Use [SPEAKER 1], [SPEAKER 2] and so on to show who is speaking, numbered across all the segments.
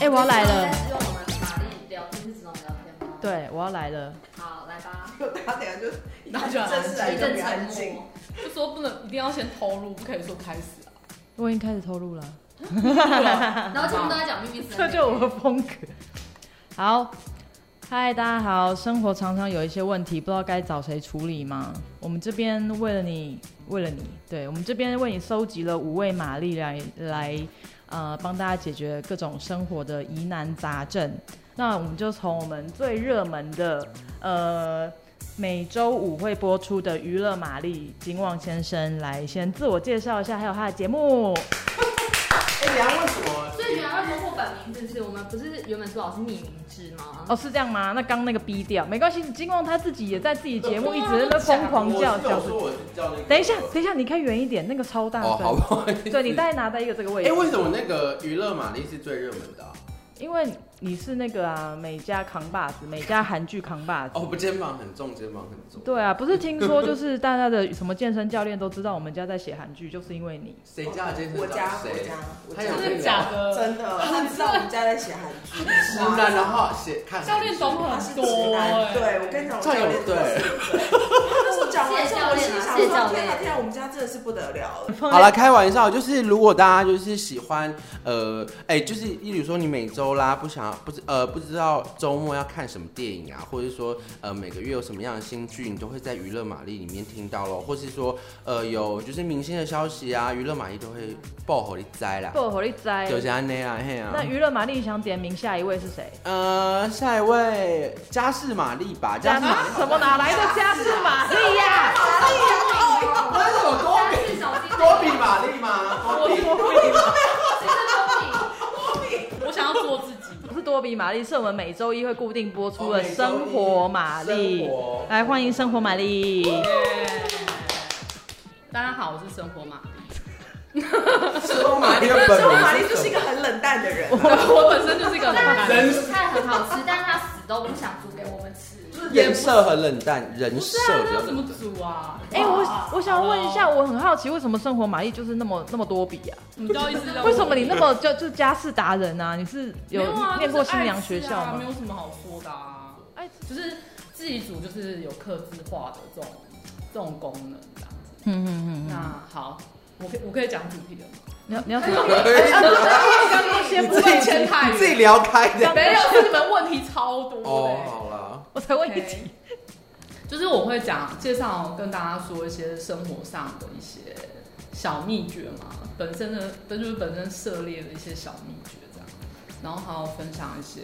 [SPEAKER 1] 哎我要来了
[SPEAKER 2] 但是我们玛丽聊天是只能聊天吗？，
[SPEAKER 1] 对，我要来了。
[SPEAKER 2] 好，来吧。
[SPEAKER 3] 他等下就一
[SPEAKER 4] 那就
[SPEAKER 3] 正式来
[SPEAKER 2] 一
[SPEAKER 3] 就
[SPEAKER 2] 阵
[SPEAKER 3] 比较安
[SPEAKER 2] 沉
[SPEAKER 3] 静。
[SPEAKER 2] 默。
[SPEAKER 4] 就说不能一定要先投入，不可以说开始啊。
[SPEAKER 1] 我已经开始透露了，
[SPEAKER 2] 然后全部都在讲秘密森林。
[SPEAKER 1] 这就我的风格。好，嗨，大家好。生活常常有一些问题，不知道该找谁处理吗？我们这边为了你，为了你，对我们这边为你搜集了五位玛丽来来，呃，帮大家解决各种生活的疑难杂症。那我们就从我们最热门的，呃。每周五会播出的娱乐玛丽金旺先生来先自我介绍一下，还有他的节目。
[SPEAKER 3] 哎，等下为什么？
[SPEAKER 2] 所以原来会通过本名，是不是？我们不是原本说好是匿名制吗？
[SPEAKER 1] 哦，是这样吗？那刚那个逼掉没关系，金旺他自己也在自己节目一直在那疯狂叫
[SPEAKER 5] 我
[SPEAKER 1] 叫
[SPEAKER 5] 是有。说我是叫那个。
[SPEAKER 1] 等一下，等一下，你开远一点，那个超大
[SPEAKER 5] 哦，好
[SPEAKER 1] 声。
[SPEAKER 5] 不好意思？
[SPEAKER 1] 对你大概拿在一个这个位
[SPEAKER 5] 哎、
[SPEAKER 1] 置，
[SPEAKER 5] 为什么那个娱乐玛丽是最热门的啊、
[SPEAKER 1] 因为你是那个啊，美家扛把子，美家韩剧扛把子。
[SPEAKER 5] 哦，不，肩膀很重，肩膀很重。
[SPEAKER 1] 对啊，不是听说就是大家的什么健身教练都知道我们家在写韩剧，就是因为你。
[SPEAKER 5] 谁家的健身
[SPEAKER 3] 我家，
[SPEAKER 5] 房
[SPEAKER 3] 我
[SPEAKER 5] 谁
[SPEAKER 3] 家？，我
[SPEAKER 5] 他有
[SPEAKER 3] 家
[SPEAKER 4] 真
[SPEAKER 5] 那个
[SPEAKER 4] 的假的？
[SPEAKER 3] 真的，他知道我们家在写韩剧，
[SPEAKER 5] 直男，然后写看
[SPEAKER 4] 教练懂
[SPEAKER 3] 他
[SPEAKER 4] 很
[SPEAKER 3] 是
[SPEAKER 4] 多
[SPEAKER 3] 直男。
[SPEAKER 4] 哎、
[SPEAKER 3] 对，我跟你讲，我教练真的是对。他那时候讲完之后，我心想
[SPEAKER 2] 谢谢教
[SPEAKER 3] 说：
[SPEAKER 2] 练
[SPEAKER 4] 啊
[SPEAKER 3] 天哪，啊天哪，我们家真的是不得了了。
[SPEAKER 5] 好了，开玩笑，就是如果大家就是喜欢，呃，哎、就是例如说你每周啦，不想不知呃不知道周末要看什么电影啊，或者是说呃每个月有什么样的新剧，你都会在娱乐玛丽里面听到咯，或是说呃有就是明星的消息啊，娱乐玛丽都会爆火力摘啦，
[SPEAKER 1] 不，火力栽。
[SPEAKER 5] 就是安内啦，嘿
[SPEAKER 1] 那
[SPEAKER 5] 啊。
[SPEAKER 1] 娱乐玛丽想点名下一位是 谁？
[SPEAKER 5] 呃，下一位嘉士玛丽吧，嘉士玛丽，
[SPEAKER 1] 什么哪来的家是玛丽呀？
[SPEAKER 5] 那是我多
[SPEAKER 2] 但是小心
[SPEAKER 5] 多比玛丽吗？多比
[SPEAKER 2] 谁是公平？
[SPEAKER 4] 我想要做自己。
[SPEAKER 1] 不是多比玛丽，是我们每周一会固定播出的
[SPEAKER 5] 哦每周一
[SPEAKER 1] 生活玛丽
[SPEAKER 5] 生活。
[SPEAKER 1] 来，欢迎生活玛丽。
[SPEAKER 4] 大家好，我是生活 玛丽。
[SPEAKER 5] 生活玛丽的
[SPEAKER 3] 所以
[SPEAKER 5] 本
[SPEAKER 3] 我
[SPEAKER 5] 名
[SPEAKER 3] 玛丽就是
[SPEAKER 5] 什
[SPEAKER 3] 一
[SPEAKER 5] 么
[SPEAKER 3] 个很冷淡的 人，
[SPEAKER 4] 我本身就是一个很
[SPEAKER 2] 但
[SPEAKER 4] 懒
[SPEAKER 2] 是菜很好吃，但是他死都不想煮给我们吃。
[SPEAKER 5] 人设很冷淡，人
[SPEAKER 4] 不
[SPEAKER 5] 设
[SPEAKER 4] 是啊，
[SPEAKER 5] 比
[SPEAKER 4] 那
[SPEAKER 5] 较
[SPEAKER 4] 要怎
[SPEAKER 5] 冷
[SPEAKER 4] 么
[SPEAKER 5] 淡。
[SPEAKER 4] 煮啊？
[SPEAKER 1] 哎、我我想问一下，我很好奇，为什么生活玛丽就是那么那么多比啊？
[SPEAKER 4] 你知道意思？
[SPEAKER 1] 为什么你那么就就家事达人啊？你是
[SPEAKER 4] 没有啊
[SPEAKER 1] 念过新娘
[SPEAKER 4] 就是爱
[SPEAKER 1] 学
[SPEAKER 4] 吃啊
[SPEAKER 1] 校吗
[SPEAKER 4] 没？有什么好说的啊。
[SPEAKER 1] 哎
[SPEAKER 4] 就是自己煮，就是有克制化的这种这种功能这样子。
[SPEAKER 1] 嗯嗯嗯嗯，
[SPEAKER 4] 那好，我可以我可以讲主题了吗？
[SPEAKER 1] 你要你要什么？
[SPEAKER 4] 刚刚先不问前太
[SPEAKER 5] 自己
[SPEAKER 4] 远，
[SPEAKER 5] 聊开的。
[SPEAKER 4] 没有，是你们问题超多的、欸
[SPEAKER 5] 哦，好了，
[SPEAKER 1] 我才问一
[SPEAKER 4] OK
[SPEAKER 1] 题。
[SPEAKER 4] 就是我会讲介绍跟大家说一些生活上的一些小秘诀嘛，本身的本就是本身涉猎的一些小秘诀这样，然后还有分享一些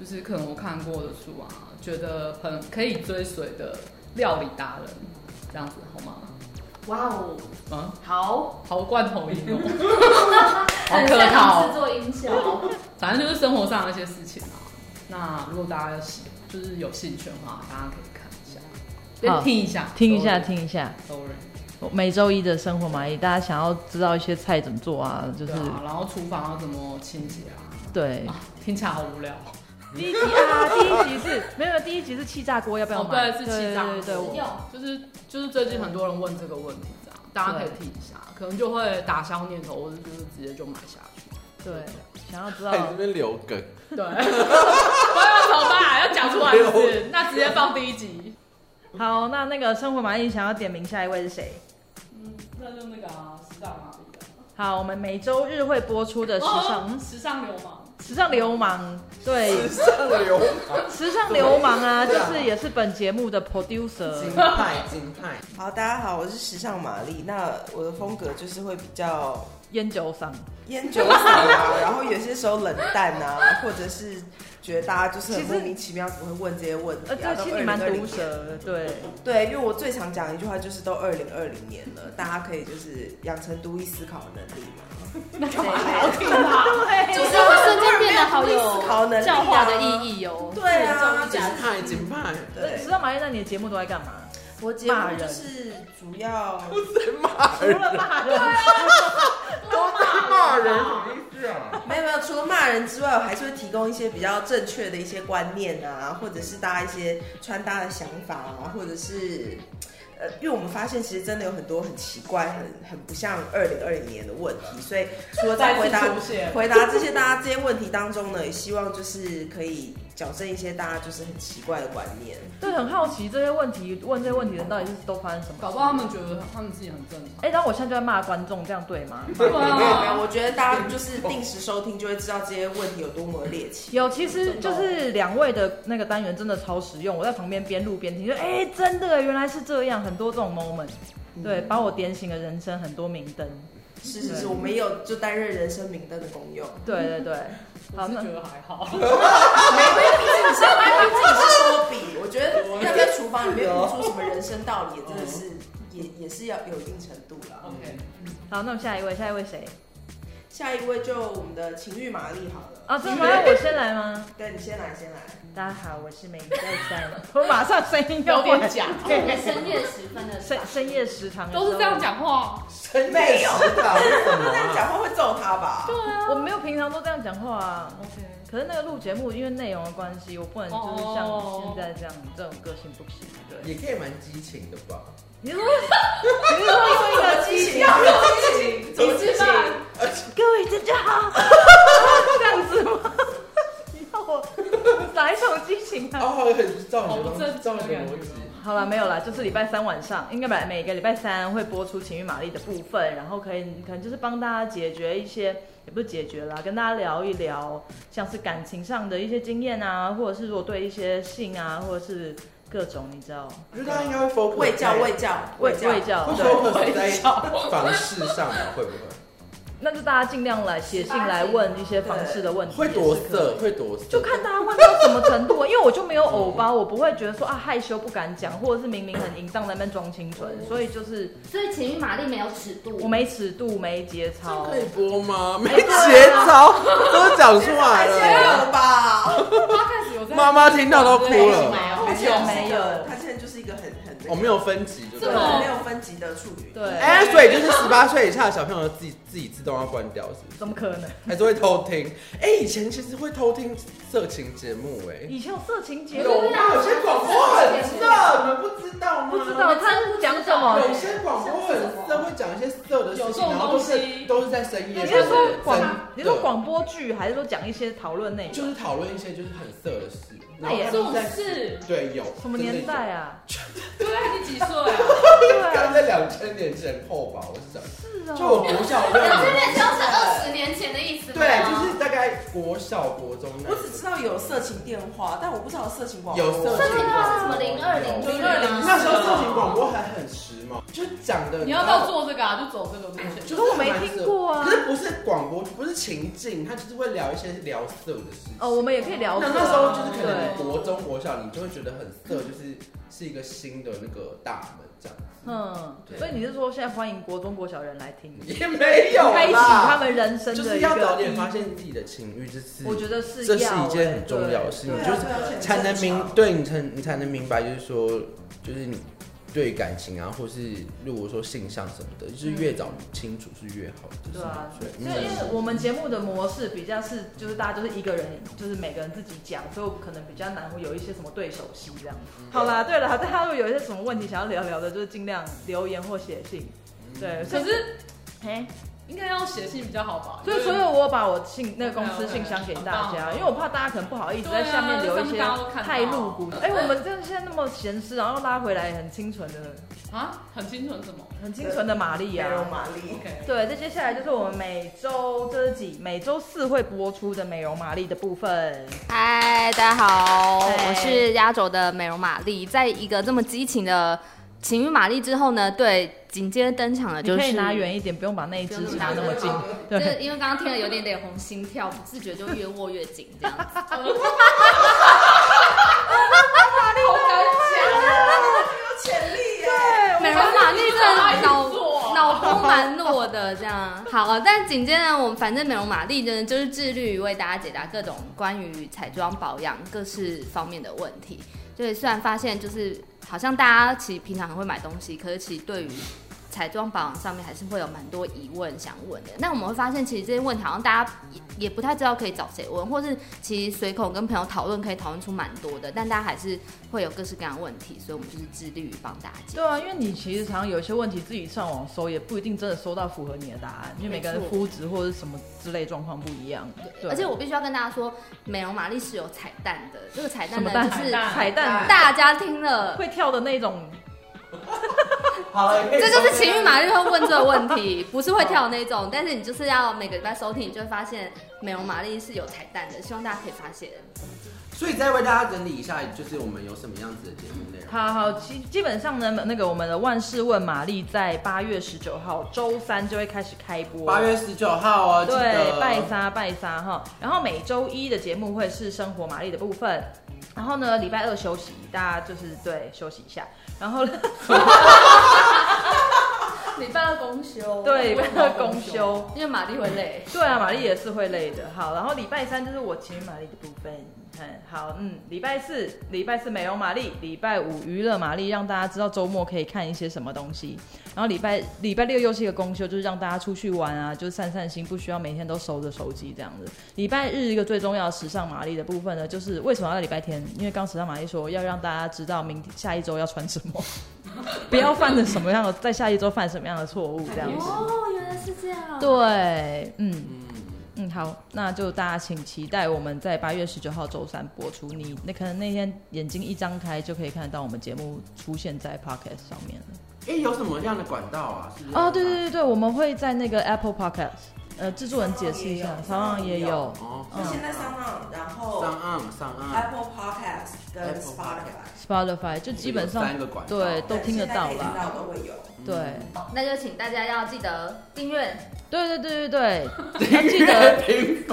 [SPEAKER 4] 就是可能我看过的书啊，觉得很可以追随的料理达人这样子好吗？
[SPEAKER 2] 哇哦，
[SPEAKER 4] 啊，
[SPEAKER 2] 好，
[SPEAKER 4] 好罐头音哦，好
[SPEAKER 2] 很
[SPEAKER 4] 客套
[SPEAKER 2] 擅长
[SPEAKER 4] 哦
[SPEAKER 2] 制。作音效。
[SPEAKER 4] 反正就是生活上的一些事情啊。那如果大家喜就是有兴趣的话，大家可以看一下，
[SPEAKER 1] 好
[SPEAKER 4] 先听一下，
[SPEAKER 1] 听一下，听一下，
[SPEAKER 4] ，sorry，
[SPEAKER 1] 我每周一的生活玛丽，大家想要知道一些菜怎么做啊？就是
[SPEAKER 4] 对啊，然后厨房要怎么清洁啊？
[SPEAKER 1] 对。
[SPEAKER 4] 啊，听起来好无聊。
[SPEAKER 1] 第一集啊，第一集是没有，没有第一集是气炸锅，要不要
[SPEAKER 4] 哦
[SPEAKER 1] 买？
[SPEAKER 4] 对是气炸锅
[SPEAKER 1] 对对对，我
[SPEAKER 2] 用
[SPEAKER 4] 就是就是最近很多人问这个问题，这样大家可以听一下，可能就会打消念头，或者就是直接就买下去。
[SPEAKER 1] 对，想要知道
[SPEAKER 5] 哎，你这边留梗，
[SPEAKER 4] 对， 我要怎么办？要讲出来是不是？那直接放第一集。
[SPEAKER 1] 好，那那个生活玛丽想要点名下一位是谁？
[SPEAKER 4] 嗯，那就那个啊，时尚啊，
[SPEAKER 1] 好，我们每周日会播出呃的时尚、
[SPEAKER 4] 哦
[SPEAKER 5] 哦
[SPEAKER 4] 时尚流氓。
[SPEAKER 1] 时尚流氓，对，
[SPEAKER 5] 上流
[SPEAKER 1] 时尚流氓啊，就
[SPEAKER 5] 对啊
[SPEAKER 1] 是也是本节目的 producer。
[SPEAKER 5] 派金派，
[SPEAKER 3] 好，大家好，我是时尚玛丽。那我的风格就是会比较
[SPEAKER 1] 烟酒嗓，
[SPEAKER 3] 烟酒嗓啊，然后有些时候冷淡啊，或者是觉得大家就是很莫名其妙怎么会问这些问题
[SPEAKER 1] 呃，
[SPEAKER 3] 啊？
[SPEAKER 1] 这
[SPEAKER 3] 都
[SPEAKER 1] 其实蛮
[SPEAKER 3] 2020
[SPEAKER 1] 毒舌的，对，
[SPEAKER 3] 对，因为我最常讲一句话就是都二零二零年了，大家可以就是养成独立思考能力嘛。
[SPEAKER 4] 那干嘛还要听啊 他？
[SPEAKER 2] 就是我瞬间变得好
[SPEAKER 3] 思考能
[SPEAKER 2] 有
[SPEAKER 3] 力啊
[SPEAKER 2] 教化的意义哦。
[SPEAKER 3] 对啊
[SPEAKER 2] 这种
[SPEAKER 5] 派金派，
[SPEAKER 3] 对
[SPEAKER 1] 知，道玛丽，那你的节目都在干嘛？
[SPEAKER 3] 我节目就是主要
[SPEAKER 1] 除了骂人，
[SPEAKER 5] 都在骂哦人，什么意思啊？
[SPEAKER 3] 没有没有，除了骂人之外，我还是会提供一些比较正确的一些观念啊，或者是大家一些穿搭的想法啊，或者是呃，因为我们发现其实真的有很多很奇怪、很很不像二零二零年的问题，所以除了在回答
[SPEAKER 4] 再次出现
[SPEAKER 3] 回答这些大家这些问题当中呢，也希望就是可以矫正一些大家就是很奇怪的观念。
[SPEAKER 1] 对，很好奇这些问题，问这些问题的人到底是都发生什么？
[SPEAKER 4] 搞不好他们觉得他们自己很正常。
[SPEAKER 1] 哎，然后我现在就在骂观众，这样对吗？
[SPEAKER 4] 对
[SPEAKER 3] 没有没有，
[SPEAKER 4] 啊，
[SPEAKER 3] 我觉得大家就是定时收听就会知道这些问题有多么猎奇。
[SPEAKER 1] 有，其实就是两位的那个单元真的超实用，我在旁边边录边听，就哎、真的原来是这样，很多这种 moment，对，
[SPEAKER 4] 嗯
[SPEAKER 1] 把我点醒了人生很多明灯。
[SPEAKER 3] 是是是，我们也有就担任人生明灯的功用。
[SPEAKER 1] 对对对，好，
[SPEAKER 4] 我是
[SPEAKER 1] 那
[SPEAKER 4] 觉得还好。
[SPEAKER 3] 没有，因为毕竟你是毕竟你是说比，我觉得要在厨房里面悟出什么人生道理，真的是也也是要有一定程度啊啦。
[SPEAKER 4] OK，
[SPEAKER 1] 好，那我们下一位，下一位谁？
[SPEAKER 3] 下一位就我们的情欲玛丽好了，
[SPEAKER 1] 啊，这吗？要我先来吗？
[SPEAKER 3] 对你先来，先来。
[SPEAKER 1] 大家好，我是 美女在山，我马上声音
[SPEAKER 4] 有
[SPEAKER 1] 要
[SPEAKER 4] 点
[SPEAKER 1] 变，
[SPEAKER 4] 假，
[SPEAKER 2] 我们的深夜时分的
[SPEAKER 1] 深深夜食堂的时候
[SPEAKER 4] 都是这样。讲话。
[SPEAKER 3] 没有
[SPEAKER 5] 真的为什么
[SPEAKER 3] 他这样
[SPEAKER 5] 啊？
[SPEAKER 3] 讲话会揍他吧？
[SPEAKER 1] 我没有平常都这样讲话啊，
[SPEAKER 4] OK，
[SPEAKER 1] 可是那个录节目因为内容的关系，我不能就是像
[SPEAKER 4] 哦
[SPEAKER 1] 现在这样，这种个性不行。对，
[SPEAKER 5] 也可以蛮激情的吧？
[SPEAKER 1] 你是说，你是说用一个激情？
[SPEAKER 3] 要有激情，
[SPEAKER 4] 你知道
[SPEAKER 1] 各位大家好，这样子吗？你要我哪一种激情啊？
[SPEAKER 5] 哦，很造
[SPEAKER 4] 好不正常
[SPEAKER 5] 造
[SPEAKER 4] 的
[SPEAKER 5] 成
[SPEAKER 4] 感觉
[SPEAKER 5] 逻辑。
[SPEAKER 1] 好了，没有啦，就是礼拜三晚上，应该每每个礼拜三会播出《情欲玛丽》的部分，然后可以可能就是帮大家解决一些，也不是解决啦，跟大家聊一聊，像是感情上的一些经验啊，或者是如果对一些性啊，或者是各种你知道
[SPEAKER 5] 我觉得他应该会 focus
[SPEAKER 3] 喂教
[SPEAKER 5] 在
[SPEAKER 3] 喂教
[SPEAKER 1] 味
[SPEAKER 3] 教
[SPEAKER 1] 味，教
[SPEAKER 5] 会，
[SPEAKER 1] 对
[SPEAKER 5] focus 在房事上吗？会不会？
[SPEAKER 1] 那就大家尽量来写信来问一些房事的问题，
[SPEAKER 5] 会夺
[SPEAKER 1] 也是可以
[SPEAKER 5] 色，会夺色，
[SPEAKER 1] 就看大家问到什么程度，因为我就没有偶包，我不会觉得说啊害羞不敢讲，或者是明明很淫荡在那边装清
[SPEAKER 5] 嗯
[SPEAKER 1] 纯，所以就是
[SPEAKER 2] 所以情欲玛丽没有尺度，
[SPEAKER 1] 我没尺度，没节操。
[SPEAKER 5] 可以播吗？没
[SPEAKER 1] 对啊
[SPEAKER 5] 节操，都讲出来
[SPEAKER 3] 太
[SPEAKER 5] 了，
[SPEAKER 3] 了吧？
[SPEAKER 4] 他开始有在
[SPEAKER 5] 妈妈听到都哭
[SPEAKER 4] 没有
[SPEAKER 5] 了。
[SPEAKER 1] 没有没有
[SPEAKER 3] 他现在就是一个很很
[SPEAKER 5] 我没有分级，就
[SPEAKER 4] 这
[SPEAKER 5] 对
[SPEAKER 3] 对
[SPEAKER 5] 了。
[SPEAKER 4] 么
[SPEAKER 3] 没有分级的处女，
[SPEAKER 1] 对，
[SPEAKER 5] 哎，所以就是十八岁以下的小朋友自己自己自动要关掉，是不是？
[SPEAKER 1] 怎么可能？
[SPEAKER 5] 还是会偷听？哎，以前其实会偷听色情节目，哎，
[SPEAKER 1] 以前有色情节
[SPEAKER 5] 有
[SPEAKER 1] 目，
[SPEAKER 5] 吗？有些广播很色，你们不知道吗？
[SPEAKER 1] 不知道他是讲什么？
[SPEAKER 5] 有些广播很色，会讲一些色的
[SPEAKER 4] 有这
[SPEAKER 5] 事情，
[SPEAKER 4] 种
[SPEAKER 5] 然后都
[SPEAKER 4] 东
[SPEAKER 5] 是
[SPEAKER 4] 西
[SPEAKER 5] 都是在深夜。
[SPEAKER 1] 你是说
[SPEAKER 5] 真
[SPEAKER 1] 广
[SPEAKER 5] 的？
[SPEAKER 1] 你是说广播剧，还是说讲一些讨论内
[SPEAKER 5] 就
[SPEAKER 1] 容？
[SPEAKER 5] 是讨论一些就是很色的事，
[SPEAKER 1] 那
[SPEAKER 5] 然后
[SPEAKER 1] 也
[SPEAKER 5] 他
[SPEAKER 4] 这
[SPEAKER 5] 们
[SPEAKER 4] 种
[SPEAKER 5] 在
[SPEAKER 4] 事，
[SPEAKER 5] 对有
[SPEAKER 1] 什么年代
[SPEAKER 5] 啊？
[SPEAKER 1] 啊？
[SPEAKER 4] 对啊，你几岁啊？
[SPEAKER 1] 对
[SPEAKER 5] 刚
[SPEAKER 1] 啊，
[SPEAKER 5] 刚在两千年前后吧，我是想，
[SPEAKER 1] 是
[SPEAKER 5] 就我
[SPEAKER 1] 哦。
[SPEAKER 5] 国小认
[SPEAKER 2] 两千
[SPEAKER 5] 为，
[SPEAKER 2] 年前是二十年前的意思吗
[SPEAKER 5] 对，就是大概国小国中那
[SPEAKER 3] 我只知道有色情电话，但我不知道有色情广播。
[SPEAKER 5] 有色
[SPEAKER 2] 色情
[SPEAKER 5] 情
[SPEAKER 2] 电话是什么零二零
[SPEAKER 5] 就是
[SPEAKER 2] 零
[SPEAKER 5] 那时候色情广播还很时髦，就讲的
[SPEAKER 4] 你要到做这个啊，就走这个路线。
[SPEAKER 5] 就
[SPEAKER 1] 可是
[SPEAKER 5] 是
[SPEAKER 1] 我
[SPEAKER 5] 还
[SPEAKER 1] 没
[SPEAKER 5] 蛮
[SPEAKER 1] 听
[SPEAKER 5] 色
[SPEAKER 1] 过啊
[SPEAKER 5] 可是不是广播，不是情境，他就是会聊一些聊色的事情。
[SPEAKER 1] 哦，我们也可以聊。
[SPEAKER 5] 那
[SPEAKER 1] 色
[SPEAKER 5] 那时候就是可能
[SPEAKER 1] 对，
[SPEAKER 5] 国中、国小，你就会觉得很色，就是是一个新的那个大门这样子。
[SPEAKER 1] 嗯，
[SPEAKER 5] 对
[SPEAKER 1] 所以你是说现在欢迎国中国小人来听？
[SPEAKER 5] 也没有啦
[SPEAKER 1] 开启他们人生
[SPEAKER 5] 就
[SPEAKER 1] 的
[SPEAKER 5] 是
[SPEAKER 1] 一
[SPEAKER 5] 要
[SPEAKER 1] 个
[SPEAKER 5] 早点发现自己的情欲，就是
[SPEAKER 1] 我觉得是
[SPEAKER 5] 这是
[SPEAKER 1] 要
[SPEAKER 5] 一件
[SPEAKER 1] 欸
[SPEAKER 5] 很重要的事情，
[SPEAKER 3] 对
[SPEAKER 5] 你
[SPEAKER 3] 啊
[SPEAKER 5] 就是
[SPEAKER 3] 对啊而且很
[SPEAKER 5] 才能明
[SPEAKER 3] 正常
[SPEAKER 5] 对你才你才能明白，就是说，就是你对感情啊，或是如果说性向什么的，就是越早清楚是越好，就是
[SPEAKER 1] 嗯对啊，所
[SPEAKER 5] 对嗯
[SPEAKER 1] 以因为我们节目的模式比较是，就是大家就是一个人，就是每个人自己讲，所以我可能比较难会有一些什么对手戏这样。好啦，对了，大家如果有一些什么问题想要聊聊的，就是尽量留言或写信。
[SPEAKER 5] 嗯
[SPEAKER 1] 对，所
[SPEAKER 4] 可
[SPEAKER 1] 以
[SPEAKER 4] 是
[SPEAKER 1] 哎，
[SPEAKER 4] 应该要写信比较好吧？
[SPEAKER 1] 所以所以
[SPEAKER 4] 有
[SPEAKER 1] 我把我信那个公司信箱给大
[SPEAKER 4] 对啊
[SPEAKER 1] 家，
[SPEAKER 4] 对啊
[SPEAKER 1] 因为我怕大家可能不好意思
[SPEAKER 4] 对啊
[SPEAKER 1] 在下面留一
[SPEAKER 4] 上面
[SPEAKER 1] 些
[SPEAKER 4] 大家都看到
[SPEAKER 1] 太露骨。哎，我们这样现在那么闲适，然后拉回来很清纯的、
[SPEAKER 4] 啊，很清楚什么
[SPEAKER 1] 很清纯的玛丽
[SPEAKER 3] 美
[SPEAKER 1] 啊，
[SPEAKER 3] 容玛丽，
[SPEAKER 4] ？OK，
[SPEAKER 1] 对，这接下来就是我们每周这是几每周四会播出的美容玛丽的部分。
[SPEAKER 2] 嗨，大家好，
[SPEAKER 1] 嗨
[SPEAKER 2] 我是压轴的美容玛丽。在一个这么激情的情欲玛丽之后呢，对，紧接着登场的
[SPEAKER 1] 你
[SPEAKER 2] 就是
[SPEAKER 1] 可以拿远一点，不用把那一只拿那么近。对，
[SPEAKER 2] 就是因为刚刚听了有点脸红心跳，不自觉就越握越紧这样子。
[SPEAKER 4] 好 敢
[SPEAKER 3] 有潜力啊耶！
[SPEAKER 2] 美容玛丽真的
[SPEAKER 4] 我才不知道她
[SPEAKER 2] 脑
[SPEAKER 4] 还
[SPEAKER 2] 脑波蛮弱的这样。好了，但紧接着我们反正美容玛丽呢，就是致力于为大家解答各种关于彩妆保养各式方面的问题。对，虽然发现就是好像大家其实平常很会买东西，可是其实对于彩妆保养上面还是会有蛮多疑问想问的。那我们会发现，其实这些问题好像大家也也不太知道可以找谁问，或是其实随口跟朋友讨论可以讨论出蛮多的，但大家还是会有各式各样的问题，所以我们就是致力于帮大家解决。
[SPEAKER 1] 对啊，因为你其实常常有一些问题自己上网搜，也不一定真的搜到符合你的答案，因为每个人
[SPEAKER 2] 没错
[SPEAKER 1] 肤质或者什么之类状况不一样。对，
[SPEAKER 2] 而且我必须要跟大家说，美容玛丽是有彩蛋的，这个彩
[SPEAKER 1] 啊什
[SPEAKER 2] 蛋
[SPEAKER 1] 么
[SPEAKER 2] 呢
[SPEAKER 1] 蛋
[SPEAKER 2] 就是
[SPEAKER 1] 彩蛋
[SPEAKER 2] 大家听了，
[SPEAKER 1] 会跳的那种，
[SPEAKER 5] 好了，
[SPEAKER 2] 这就是情欲玛丽会问这个问题，不是会跳那种，但是你就是要每个礼拜收听，你就会发现美容玛丽是有彩蛋的，希望大家可以发现。
[SPEAKER 5] 所以再为大家整理一下，就是我们有什么样子的节目内容。
[SPEAKER 1] 好好，基基本上呢，那个我们的万事问玛丽在八月十九号周三就会开始开播，
[SPEAKER 5] 八月十九号哦，记
[SPEAKER 1] 对，
[SPEAKER 5] 得
[SPEAKER 1] 拜撒拜撒哈。然后每周一的节目会是生活玛丽的部分，然后呢，礼拜二休息，大家就是对休息一下。然后
[SPEAKER 2] 礼拜二公休
[SPEAKER 1] 对礼
[SPEAKER 5] 哦
[SPEAKER 1] 拜二 公休，
[SPEAKER 2] 因为玛丽会累。
[SPEAKER 1] 对啊，玛丽也是会累的。好，然后礼拜三就是我情侣玛丽的部分。嗯，好，嗯，礼拜四，礼拜四美容玛丽，礼拜五娱乐玛丽，让大家知道周末可以看一些什么东西。然后礼拜礼拜六又是一个公休，就是让大家出去玩啊，就是散散心，不需要每天都守着手机这样子。礼拜日一个最重要的时尚玛丽的部分呢，就是为什么要在礼拜天？因为刚时尚玛丽说要让大家知道明天下一周要穿什么，不要犯的什么样的，在下一周犯什么样的错误这样子。
[SPEAKER 2] 哦，原来是这样。
[SPEAKER 1] 对，嗯。
[SPEAKER 5] 嗯。
[SPEAKER 1] 嗯，好，那就大家请期待我们在八月十九号周三播出。你那可能那天眼睛一张开就可以看到我们节目出现在 Podcast 上面了。
[SPEAKER 5] 哎、有什么样的管道啊？是不是
[SPEAKER 1] 哦，对对对对，我们会在那个 Apple Podcast，呃，制作人解释一下，
[SPEAKER 3] 上
[SPEAKER 1] 常
[SPEAKER 3] 网
[SPEAKER 1] 常
[SPEAKER 3] 也
[SPEAKER 1] 也
[SPEAKER 3] 有
[SPEAKER 1] 有。
[SPEAKER 5] 哦，
[SPEAKER 3] 所以现在上岸，然后
[SPEAKER 5] 上岸上岸，
[SPEAKER 3] Apple Podcast 跟
[SPEAKER 5] Apple
[SPEAKER 3] Spotify，
[SPEAKER 1] Spotify 就基本
[SPEAKER 5] 有
[SPEAKER 1] 上
[SPEAKER 5] 三个管道嗯
[SPEAKER 1] 对都
[SPEAKER 3] 对
[SPEAKER 1] 听得
[SPEAKER 3] 现在
[SPEAKER 1] 到
[SPEAKER 3] 可以听
[SPEAKER 1] 啦。
[SPEAKER 3] 到都会有。
[SPEAKER 1] 对
[SPEAKER 2] 那就请大家要记得订阅。
[SPEAKER 1] 对对对对 对，要记得
[SPEAKER 5] 平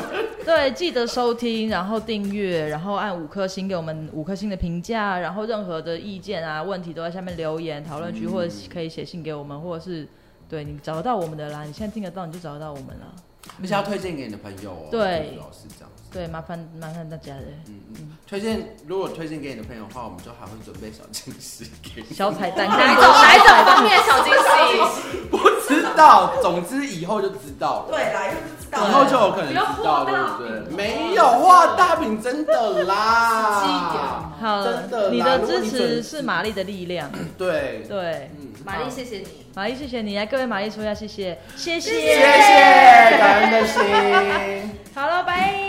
[SPEAKER 1] 对记得收听，然后订阅，然后按五颗星给我们五颗星的评价，然后任何的意见啊问题都在下面留言讨论区，
[SPEAKER 5] 嗯
[SPEAKER 1] 或者可以写信给我们，或者是对你找得到我们的啦，你现在听得到你就找得到我们了。
[SPEAKER 5] 而且要推荐给你的朋友哦。
[SPEAKER 1] 对
[SPEAKER 5] 主要是这样子。
[SPEAKER 1] 对，麻烦麻烦大家了，
[SPEAKER 5] 嗯嗯，推荐如果推荐给你的朋友的话，我们就还会准备小惊喜给你。
[SPEAKER 1] 小彩蛋，
[SPEAKER 2] 哪
[SPEAKER 1] 更
[SPEAKER 2] 一
[SPEAKER 1] 多
[SPEAKER 2] 种哪一种 方面的小惊 喜？
[SPEAKER 5] 不知道，总之以后就知道了，
[SPEAKER 3] 对啦，因为不知道
[SPEAKER 5] 以后就有可能知道，
[SPEAKER 4] 不要画大饼
[SPEAKER 5] 对不对？没有画大饼，真的
[SPEAKER 4] 实际一点好吗。
[SPEAKER 5] 啦
[SPEAKER 1] 好
[SPEAKER 5] 真的啦
[SPEAKER 1] 了，你的
[SPEAKER 5] 如果
[SPEAKER 1] 支
[SPEAKER 5] 你
[SPEAKER 1] 持
[SPEAKER 5] 准
[SPEAKER 1] 是玛丽的力量，
[SPEAKER 5] 对，
[SPEAKER 1] 对。
[SPEAKER 5] 嗯，
[SPEAKER 2] 玛丽，谢谢你。
[SPEAKER 1] 玛丽，谢谢你，来各位玛丽说一下谢谢，谢
[SPEAKER 5] 谢谢
[SPEAKER 1] 谢，
[SPEAKER 5] 感恩的心。
[SPEAKER 1] 好了，拜。